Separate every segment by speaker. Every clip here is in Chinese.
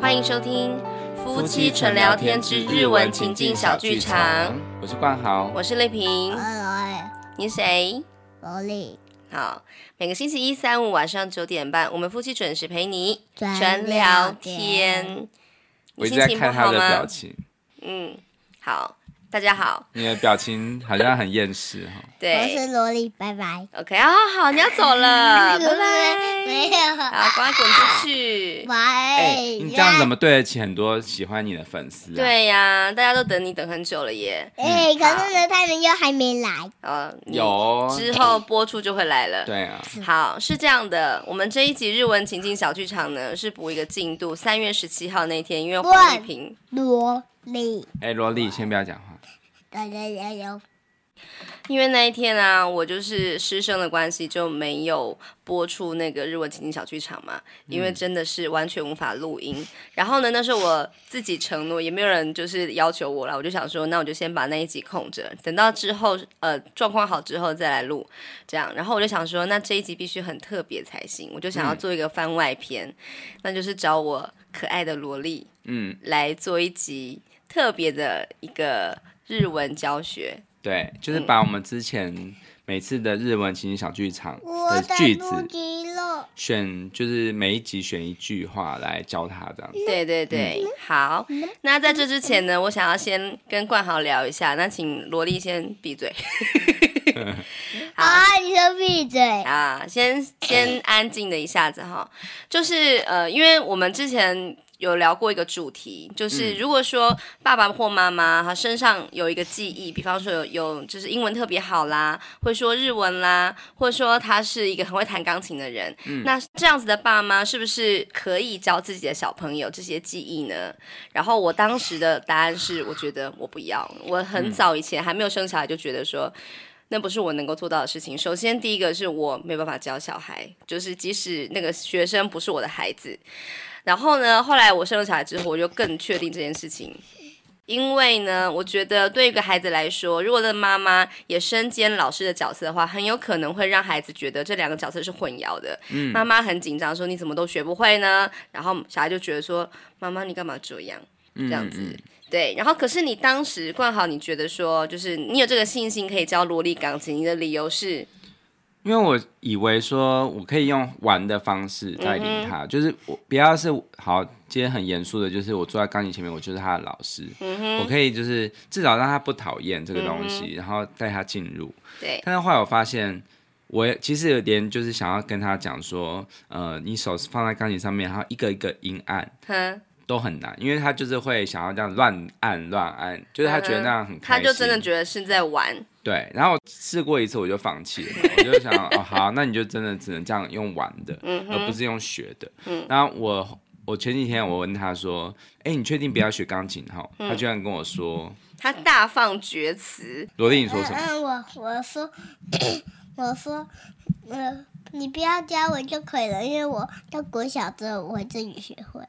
Speaker 1: 欢迎收听《夫妻纯聊天之日文情境小剧场》，
Speaker 2: 我是冠豪，
Speaker 1: 我是丽萍，
Speaker 3: 哎，
Speaker 1: 你是谁？
Speaker 3: 萝莉
Speaker 1: 好，每个星期一、三、五晚上九点半，我们夫妻准时陪你
Speaker 3: 纯
Speaker 1: 纯聊
Speaker 3: 聊
Speaker 1: 天。你
Speaker 2: 我一直
Speaker 1: 心
Speaker 2: 在
Speaker 1: 情不
Speaker 2: 看他
Speaker 1: 好
Speaker 2: 的表
Speaker 1: 吗？
Speaker 2: 情，
Speaker 1: 嗯，好，大家好，
Speaker 2: 你的表情好像很厌世哈。
Speaker 3: 我
Speaker 1: 对
Speaker 3: 是萝莉，拜拜。
Speaker 1: ，OK，啊、好，你要走
Speaker 2: 啊
Speaker 1: 了，拜
Speaker 3: 没
Speaker 1: 拜，
Speaker 3: 有，
Speaker 1: 好，赶快滚出去。
Speaker 3: 喂、
Speaker 2: 哎、你这样怎？么对得起很多喜欢你的粉丝啊？，
Speaker 1: 对呀、大家都等你等很久了耶。
Speaker 2: 嗯
Speaker 3: 哎、可是呢，他们又还没来。
Speaker 1: 呃，你
Speaker 2: 有
Speaker 1: 之后播出就会来了。
Speaker 2: 对啊，
Speaker 1: 好，是这样的，我们这一集日文情境小剧场呢，是补一个进度，三月十七号那天，因为黄丽萍，
Speaker 3: 萝莉，
Speaker 2: 哎、萝莉先不要讲话，
Speaker 3: 有有有有，
Speaker 1: 因为那一天啊，我就是师生的关系就没有播出那个日文情境小剧场嘛，因为真的是完全无法录音。然后呢，那是我自己承诺，也没有人就是要求我了，我就想说，那我就先把那一集空着，等到之后呃状况好之后再来录，这样。然后我就想说，那这一集必须很特别才行，我就想要
Speaker 2: 嗯
Speaker 1: 做一个番外篇，那就是找我可爱的萝莉。
Speaker 2: 嗯，
Speaker 1: 来做一集特别的一个日文教学。
Speaker 2: 对，就是把我们之前每次的日文情景小剧场
Speaker 3: 我
Speaker 2: 的句
Speaker 3: 等
Speaker 2: 子
Speaker 3: 不及了。
Speaker 2: 选，就是每一集选一句话来教他这样子。
Speaker 1: 对对对，好。那在这之前呢，我想要先跟冠豪聊一下。那请萝莉先闭嘴 好
Speaker 3: 啊，你说闭嘴。
Speaker 1: 啊，先先安静的一下子哈。就是呃，因为我们之前。有聊过一个主题，就是
Speaker 2: 嗯
Speaker 1: 如果说爸爸或妈妈他身上有一个记忆，比方说有有就是英文特别好啦，会说日文啦，或者说他是一个很会弹钢琴的人，那这样子的爸妈是不是可以教自己的小朋友这些技艺呢？然后我当时的答案是，我觉得我不要。我很早以前还没有生小孩就觉得说。那不是我能够做到的事情。首先，第一个是我没办法教小孩，就是即使那个学生不是我的孩子。然后呢，后来我生了小孩之后，我就更确定这件事情，因为呢，我觉得对一个孩子来说，如果这个妈妈也身兼老师的角色的话，很有可能会让孩子觉得这两个角色是混淆的。妈妈很紧张，说你怎么都学不会呢？然后小孩就觉得说，妈妈你干嘛这样？这样子。
Speaker 2: 嗯
Speaker 1: 对，然后可是你当时冠豪，你觉得说，就是你有这个信心可以教萝莉钢琴，你的理由是，
Speaker 2: 因为我以为说我可以用玩的方式带领
Speaker 1: 嗯
Speaker 2: 他，就是我不要是好，今天很严肃的，就是我坐在钢琴前面，我就是他的老师，
Speaker 1: 嗯
Speaker 2: 我可以就是至少让他不讨厌这个东西，然后带他进入。
Speaker 1: 对，
Speaker 2: 但是后来我发现，我也其实有点就是想要跟他讲说，呃，你手是放在钢琴上面，然后一个一个音按
Speaker 1: 哼，
Speaker 2: 都很难，因为他就是会想要这样乱按乱按，就是他觉得那样很开
Speaker 1: 嗯他
Speaker 2: 心，
Speaker 1: 就真的觉得是在玩，
Speaker 2: 对，然后我试过一次我就放弃了，我就想哦好，那你就真的只能这样用玩的，
Speaker 1: 嗯
Speaker 2: 而不是用学的。然后我我前几天我问他说，哎，你确定不要学钢琴哈？他居然跟我说，
Speaker 1: 他大放厥词，
Speaker 2: 罗莉你说
Speaker 3: 嗯
Speaker 2: 什么？
Speaker 3: 嗯，我我说 我说，呃，你不要教我就可以了，因为我到国小之后我会自己学会。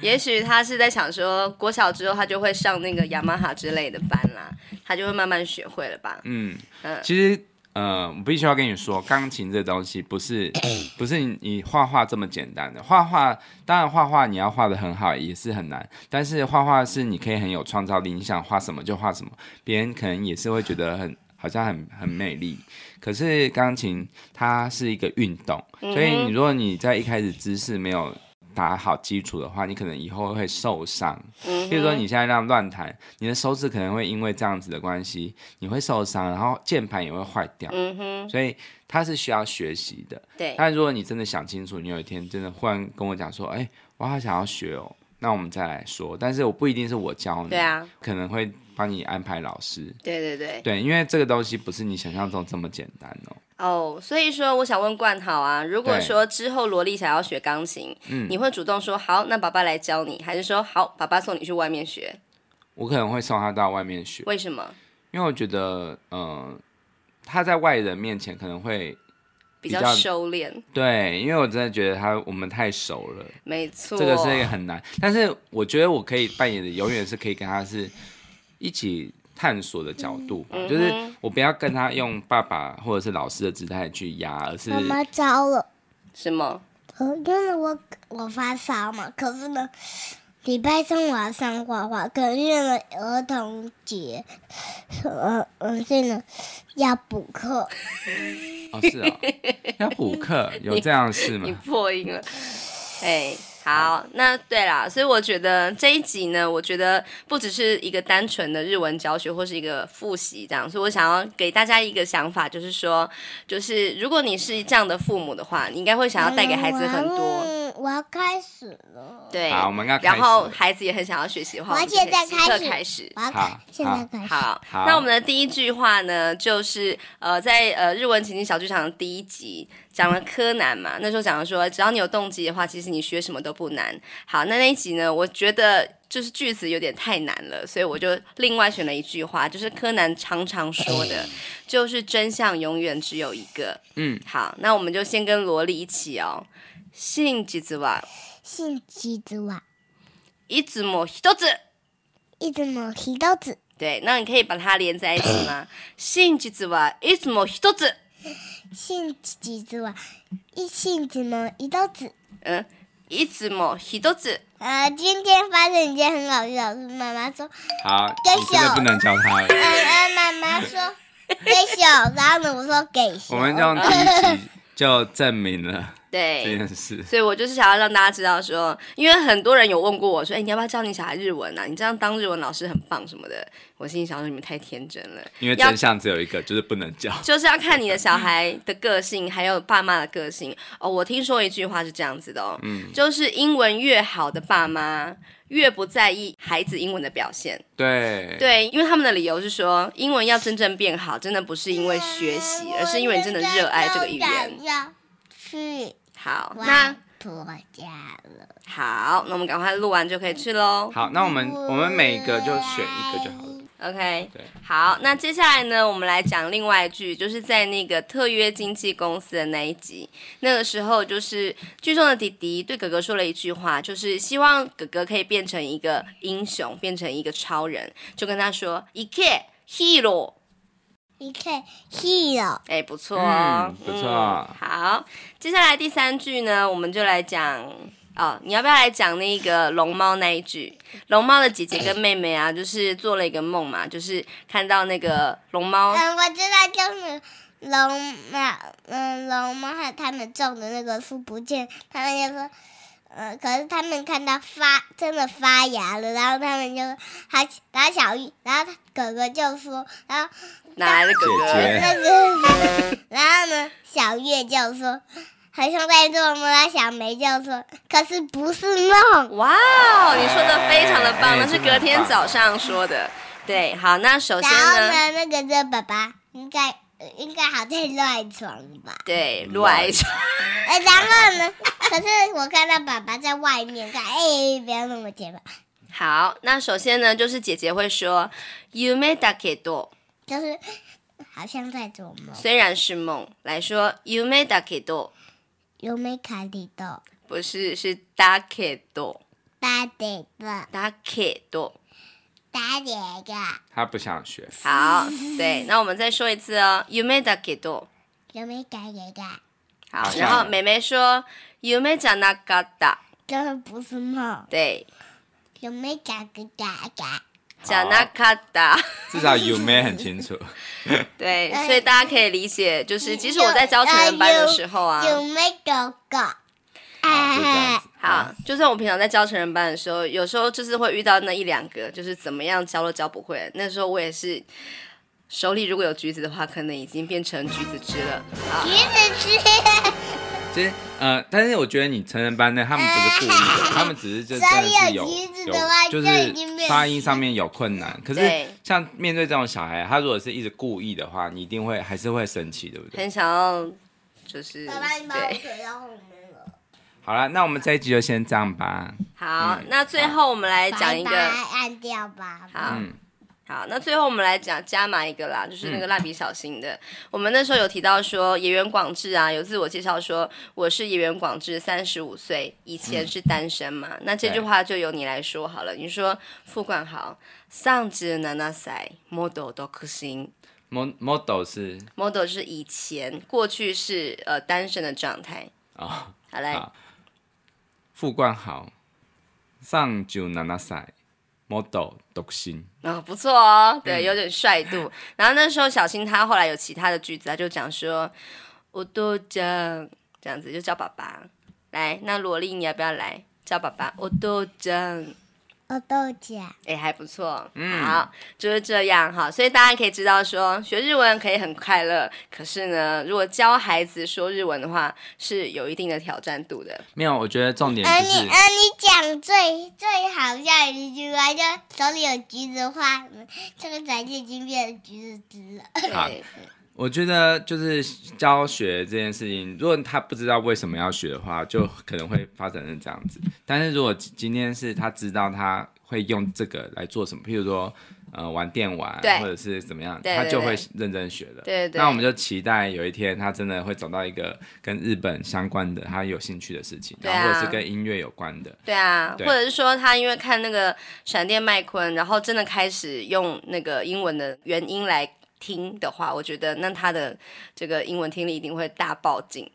Speaker 1: 也许他是在想说，国小之后他就会上那个雅马哈之类的班啦，他就会慢慢学会了吧？
Speaker 2: 嗯
Speaker 1: 嗯，
Speaker 2: 其实呃，我必须要跟你说，钢琴这东西不是不是你你画画这么简单的。画画当然画画你要画的很好也是很难，但是画画是你可以很有创造力，你想画什么就画什么，别人可能也是会觉得很好像很很美丽。可是钢琴它是一个运动，所以你如果你在一开始姿势没有。打好基础的话，你可能以后会受伤。
Speaker 1: 嗯
Speaker 2: 譬如说，你现在这样乱弹，你的手指可能会因为这样子的关系，你会受伤，然后键盘也会坏掉。
Speaker 1: 嗯哼，
Speaker 2: 所以它是需要学习的。
Speaker 1: 对，
Speaker 2: 但如果你真的想清楚，你有一天真的忽然跟我讲说：“哎、我好想要学哦。”那我们再来说。但是我不一定是我教你，
Speaker 1: 对啊，
Speaker 2: 可能会帮你安排老师。
Speaker 1: 对对对，
Speaker 2: 对，因为这个东西不是你想象中这么简单哦。
Speaker 1: 哦所以说我想问冠豪啊，如果
Speaker 2: 对
Speaker 1: 说之后萝莉想要学钢琴，
Speaker 2: 嗯
Speaker 1: 你会主动说好，那爸爸来教你，还是说好，爸爸送你去外面学？
Speaker 2: 我可能会送他到外面学，
Speaker 1: 为什么？
Speaker 2: 因为我觉得，嗯、他在外人面前可能会
Speaker 1: 比
Speaker 2: 比
Speaker 1: 较
Speaker 2: 较
Speaker 1: 收敛，
Speaker 2: 对，因为我真的觉得他我们太熟了。
Speaker 1: 没错，
Speaker 2: 这个是一个很难，但是我觉得我可以扮演的永远是可以跟他是一起探索的角度吧，就是
Speaker 1: 嗯哼
Speaker 2: 我不要跟他用爸爸或者是老师的姿态去压，而是
Speaker 3: 妈妈糟了，
Speaker 1: 什么？
Speaker 3: 呃，因为我我发烧嘛，可是呢，礼拜三我要上画画课，因为呢儿童节，呃嗯，所以呢要补课。
Speaker 2: 哦，是哦，要补课有这样的事
Speaker 1: 你
Speaker 2: 吗？
Speaker 1: 破音了。 哎，好，那对啦，所以我觉得这一集呢，我觉得不只是一个单纯的日文教学或是一个复习这样，所以我想要给大家一个想法，就是说，就是如果你是这样的父母的话，你应该会想要带给孩子很多。
Speaker 3: 嗯我要开始了。
Speaker 1: 对，
Speaker 2: 好，我们要开始
Speaker 1: 然后
Speaker 2: 了
Speaker 1: 孩子也很想要学习的话，
Speaker 3: 我
Speaker 1: 们就
Speaker 3: 现
Speaker 1: 可以
Speaker 3: 在
Speaker 1: 即
Speaker 3: 开
Speaker 1: 刻
Speaker 3: 始
Speaker 1: 开始。
Speaker 3: 我要
Speaker 2: 好
Speaker 3: 开，现在开始。
Speaker 1: 好，
Speaker 2: 好
Speaker 1: 那我们的第一句话呢，就是呃，在呃日文情景小剧场的第一集讲了柯南嘛，那时候讲了说，只要你有动机的话，其实你学什么都不难。好，那那一集呢，我觉得就是句子有点太难了，所以我就另外选了一句话，就是柯南常常说的，就是真相永远只有一个。
Speaker 2: 嗯，
Speaker 1: 好，那我们就先跟萝莉一起哦。信几子哇，
Speaker 3: 信吉子瓦，
Speaker 1: 一直抹一つ。
Speaker 3: 一直抹黑豆子。
Speaker 1: 对，那你可以把它连在一起吗？信几子哇，一直抹一つ。
Speaker 3: 信吉子瓦，一信子抹一豆子。
Speaker 1: 嗯，いつも一つ。
Speaker 3: 呃，今天发生一件很好笑的事，妈妈说，
Speaker 2: 好，
Speaker 3: 该
Speaker 2: 你真的
Speaker 3: 笑
Speaker 2: 不能教他了。
Speaker 3: 嗯嗯，妈 妈说给小，然后呢，我说给小。
Speaker 2: 我们就用第一集就证明了 这
Speaker 1: 对，
Speaker 2: 件事。
Speaker 1: 所以我就是想要让大家知道说，因为很多人有问过我说，哎、你要不要教你小孩日文啊？你这样当日文老师很棒什么的。我心里想说，你们太天真了，
Speaker 2: 因为
Speaker 1: 要
Speaker 2: 真相只有一个，就是不能教。
Speaker 1: 就是要看你的小孩的个性，还有爸妈的个性。哦，我听说一句话是这样子的哦，就是英文越好的爸妈。越不在意孩子英文的表现，
Speaker 2: 对，
Speaker 1: 对，因为他们的理由是说，英文要真正变好，真的不是因为学习，而是因为你真的热爱这个语言。
Speaker 3: 要去
Speaker 1: 好，那
Speaker 3: 外婆家了。
Speaker 1: 好，那我们赶快录完就可以去喽。
Speaker 2: 好，那我们我们每个就选一个就好了。
Speaker 1: OK，
Speaker 2: 对
Speaker 1: 好，那接下来呢，我们来讲另外一句，就是在那个特约经纪公司的那一集，那个时候就是剧中的弟弟对哥哥说了一句话，就是希望哥哥可以变成一个英雄，变成一个超人，就跟他说 i k e hero”。
Speaker 3: 你看 hero
Speaker 1: 哎，不错哦
Speaker 2: 嗯，不错
Speaker 1: 好，接下来第三句呢，我们就来讲哦，你要不要来讲那个龙猫那一句？龙猫的姐姐跟妹妹啊，就是做了一个梦嘛，就是看到那个龙猫，
Speaker 3: 嗯，我知道就是龙猫，嗯，龙猫还有他们种的那个树不见，他们就说，呃，可是他们看到发真的发芽了，然后他们就还打小玉，然后他哥哥就说，然后
Speaker 1: 哪来的哥
Speaker 2: 姐
Speaker 1: 哥
Speaker 2: 姐？
Speaker 3: 那个，然后呢，小月就说，好像在做梦，然后小梅就说，可是不是梦，
Speaker 1: 哇哦，你说的非常的棒，
Speaker 2: 哎
Speaker 1: 那是
Speaker 2: 真的
Speaker 1: 隔
Speaker 2: 很
Speaker 1: 天
Speaker 2: 棒
Speaker 1: 早上说的。对，好，那首先
Speaker 3: 然后
Speaker 1: 呢，
Speaker 3: 呢，那个这爸爸应该。呃应该还在赖床吧？
Speaker 1: 对，
Speaker 2: 嗯
Speaker 1: 来，
Speaker 3: 哎，然后呢？可是我看到爸爸在外面看，哎，不要弄我肩膀，
Speaker 1: 好，那首先呢，就是姐姐会说 “you made a kedo”。
Speaker 3: 就是好像在做梦。
Speaker 1: 虽然是梦来说，yume da kedo
Speaker 3: 有没卡里豆？
Speaker 1: 不是是 da kedo
Speaker 3: 打点个，
Speaker 1: da kedo。
Speaker 3: 打点个，
Speaker 2: 他不想学，
Speaker 1: 好，对，那我们再说一次哦，yume da kedo。
Speaker 3: 有没卡里豆？
Speaker 1: 好，
Speaker 2: 是
Speaker 3: 啊
Speaker 1: 然后妹妹说 yume ja na ga da，
Speaker 3: 就是不是梦，
Speaker 1: 对
Speaker 3: 有没卡个嘎嘎？
Speaker 1: ，ja na ga da，
Speaker 2: 至少 you may 很清楚。
Speaker 1: 对，
Speaker 3: 哎
Speaker 1: 所以大家可以理解，就是即使我在教成人班的时候啊。
Speaker 3: 有没狗狗？
Speaker 2: 好，就这样
Speaker 3: 哎
Speaker 2: 子，。
Speaker 1: 好，就算我平常在教成人班的时候，有时候就是会遇到那一两个，就是怎么样教都教不会。那时候我也是，手里如果有橘子的话，可能已经变成橘子汁了。好
Speaker 2: 嗯
Speaker 3: 橘，子吃，
Speaker 2: 其实呃，但是我觉得你成人班呢，他们不是故意的，他们只是就真的是有
Speaker 3: 所以有橘子的话
Speaker 2: 就
Speaker 3: 就已经
Speaker 2: 是
Speaker 3: 变
Speaker 2: 发音上面有困难。可是
Speaker 1: 对
Speaker 2: 像面对这种小孩，他如果是一直故意的话，你一定会还是会生气，对不对？
Speaker 1: 很想要，就是
Speaker 3: 爸爸，你把我
Speaker 1: 对。
Speaker 3: 腿到后面了。
Speaker 2: 好了，那我们这一集就先这样吧。
Speaker 1: 好，
Speaker 2: 嗯
Speaker 1: 那最后我们来讲一个，
Speaker 3: 拜拜按掉吧。
Speaker 1: 好
Speaker 2: 嗯，
Speaker 1: 好，那最后我们来讲加码一个啦，就是那个蜡笔小新的。我们那时候有提到说，野原广志啊，有自我介绍说我是野原广志，三十五岁，以
Speaker 2: 嗯
Speaker 1: 前是单身嘛。那这句话就由你来说好了，你说副冠豪，上至娜娜塞，model 都可行
Speaker 2: Mo- model 是
Speaker 1: ，model 是以前，过去是呃单身的状态。
Speaker 2: 啊，
Speaker 1: 好来，
Speaker 2: 好，傅冠豪，上九娜娜赛，model 独身，
Speaker 1: 哦，不错哦，对，有点帅度。然后那时候小新他后来有其他的句子，他就讲说，我都讲这样子，就叫爸爸来。那萝莉你要不要来叫爸爸？我都讲。
Speaker 3: 哦，豆姐，
Speaker 1: 哎、还不错，好，就是这样哈，所以大家可以知道说，学日文可以很快乐，可是呢，如果教孩子说日文的话，是有一定的挑战度的。
Speaker 2: 没有，我觉得重点
Speaker 3: 呃，
Speaker 2: 嗯就
Speaker 3: 你
Speaker 2: 是
Speaker 3: 呃，你讲最最好笑的一句话，就手里有橘子花，嗯这个才已经变成橘子汁了。
Speaker 2: 好
Speaker 1: 对
Speaker 2: 我觉得就是教学这件事情，如果他不知道为什么要学的话，就可能会发展成这样子。但是如果今今天是他知道他会用这个来做什么，譬如说呃玩电玩
Speaker 1: 对，
Speaker 2: 或者是怎么样，
Speaker 1: 对对
Speaker 2: 他就会
Speaker 1: 对
Speaker 2: 认真学了。
Speaker 1: 对对
Speaker 2: 那我们就期待有一天他真的会找到一个跟日本相关的他有兴趣的事情，
Speaker 1: 对啊
Speaker 2: 然后或者是跟音乐有关的。
Speaker 1: 对啊，
Speaker 2: 对
Speaker 1: 或者是说他因为看那个《闪电麦昆》，然后真的开始用那个英文的原音来听的话，我觉得那他的这个英文听力一定会大爆进，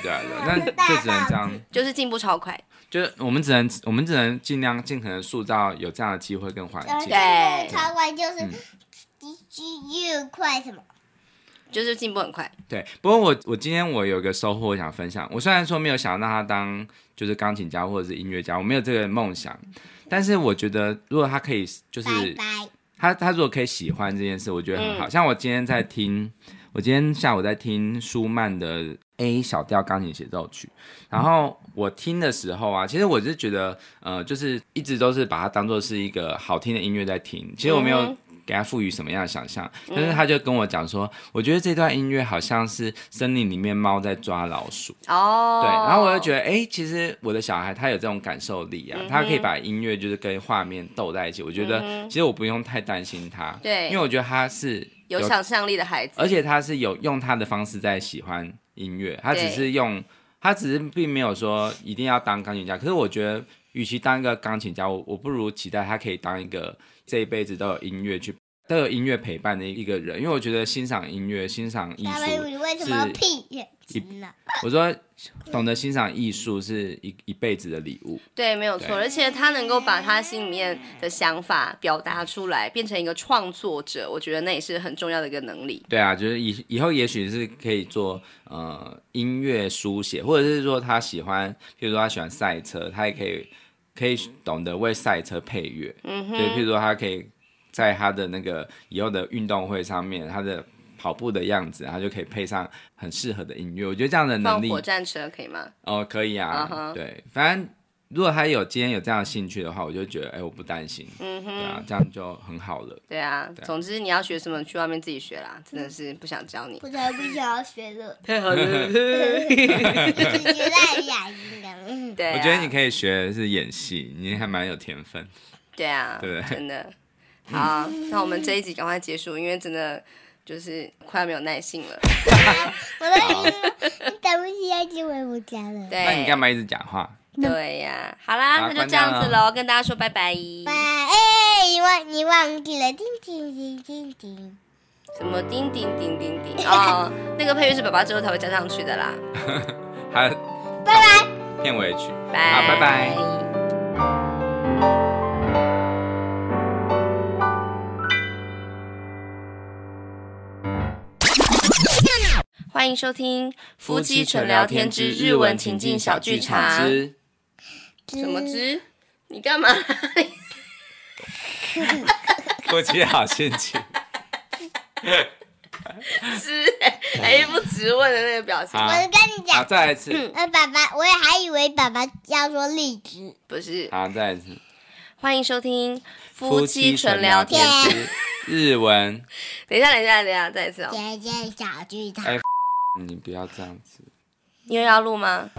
Speaker 2: 对对，
Speaker 3: 我
Speaker 2: 那
Speaker 3: 知道
Speaker 2: 就只能这样。
Speaker 1: 就是进步超快。
Speaker 2: 就是我们只能我们只能尽量尽可能塑造有这样的机会跟环境。
Speaker 1: 对
Speaker 3: 超快就是
Speaker 2: 嗯
Speaker 3: D G U 快什么？
Speaker 1: 就是进步很快，
Speaker 2: 对，不过我我今天我有一个收获，我想分享。我虽然说没有想让他当就是钢琴家或者是音乐家，我没有这个梦想，但是我觉得如果他可以，就是
Speaker 3: 拜拜。
Speaker 2: 他他如果可以喜欢这件事，我觉得很好。像我今天在听，我今天下午在听舒曼的 A 小调钢琴协奏曲，然后我听的时候啊，其实我是觉得，呃，就是一直都是把它当做是一个好听的音乐在听，其实我没
Speaker 1: 嗯
Speaker 2: 有
Speaker 1: 哼。
Speaker 2: 给他赋予什么样的想象？但是他就跟我讲说，我觉得这段音乐好像是森林里面猫在抓老鼠。
Speaker 1: 哦。
Speaker 2: 对，然后我就觉得，哎、其实我的小孩他有这种感受力啊，
Speaker 1: 嗯哼
Speaker 2: 他可以把音乐就是跟画面斗在一起。我觉得、
Speaker 1: 嗯哼
Speaker 2: 其实我不用太担心他，
Speaker 1: 对
Speaker 2: 因为我觉得他是
Speaker 1: 有想象力的孩子，
Speaker 2: 而且他是有用他的方式在喜欢音乐，他只
Speaker 1: 对
Speaker 2: 是用，他只是并没有说一定要当钢琴家。可是我觉得，与其当一个钢琴家，我我不如期待他可以当一个这一辈子都有音乐去都有音乐陪伴的一个人，因为我觉得欣赏音乐、欣赏艺术
Speaker 3: 大白，你为什么
Speaker 2: 是
Speaker 3: 屁眼睛了？
Speaker 2: 我说懂得欣赏艺术是一一辈子的礼物。
Speaker 1: 对，没有错，
Speaker 2: 对
Speaker 1: 而且他能够把他心里面的想法表达出来，变成一个创作者，我觉得那也是很重要的一个能力。
Speaker 2: 对啊，就是以以后也许是可以做呃音乐书写，或者是说他喜欢，譬如说他喜欢赛车，他也可以可以懂得为赛车配乐。
Speaker 1: 嗯
Speaker 2: 对，譬
Speaker 1: 哼，
Speaker 2: 如说他可以在他的那个以后的运动会上面，他的跑步的样子，他就可以配上很适合的音乐。我觉得这样的能
Speaker 1: 放
Speaker 2: 力
Speaker 1: 火战车可以吗？
Speaker 2: 哦，可以啊
Speaker 1: 嗯哼
Speaker 2: 对，反正如果他有今天有这样的兴趣的话，我就觉得哎、我不担心，
Speaker 1: 嗯
Speaker 2: 对啊
Speaker 1: 哼，，
Speaker 2: 这样就很好了。
Speaker 1: 对啊
Speaker 2: 对。啊
Speaker 1: 总之你要学什么，去外面自己学啦，真的是不想教 你。
Speaker 3: 我才不想要学了，
Speaker 1: 太好了，
Speaker 3: 直接在牙龈了。嗯
Speaker 1: 对啊，
Speaker 2: 我觉得你可以学的是演戏，你还蛮有天分。
Speaker 1: 对啊，
Speaker 2: 对不对
Speaker 1: 真的。好，那我们这一集赶快结束，因为真的就是快要没有耐性了。
Speaker 3: 我都已经等不及要去回我家了。
Speaker 1: 对，
Speaker 2: 那你干嘛一直讲话？
Speaker 1: 对呀、好啦，
Speaker 2: 好
Speaker 1: 那就这样子
Speaker 2: 关掉
Speaker 1: 喽，跟大家说拜拜。
Speaker 3: 拜，哎，你忘你忘记了，叮叮叮叮叮。
Speaker 1: 什么叮叮叮叮叮哦，那个配乐是爸爸之后才会加上去的啦。
Speaker 2: 还拜拜，片尾曲，
Speaker 1: 拜
Speaker 2: 好，拜拜。
Speaker 1: 欢迎收听《夫妻纯聊天之日文情境小剧场》。
Speaker 2: 之
Speaker 1: 什么之？嗯你干嘛？
Speaker 2: 夫妻 好心情。
Speaker 1: 之还一副直问的那个表情，
Speaker 2: 好
Speaker 3: 我跟你
Speaker 2: 好，
Speaker 3: 讲，
Speaker 2: 再来一
Speaker 1: 嗯
Speaker 2: 次，
Speaker 3: 呃，爸爸，我也还以为爸爸要说荔枝。
Speaker 1: 不是？
Speaker 2: 好，再来一次。
Speaker 1: 欢迎收听《夫妻纯聊天》。
Speaker 2: 之日文，
Speaker 1: 等一下，等一下，等一下，再一次哦。
Speaker 3: 姐姐小剧场
Speaker 2: 哎，你不要这样子。
Speaker 1: 因为要录吗？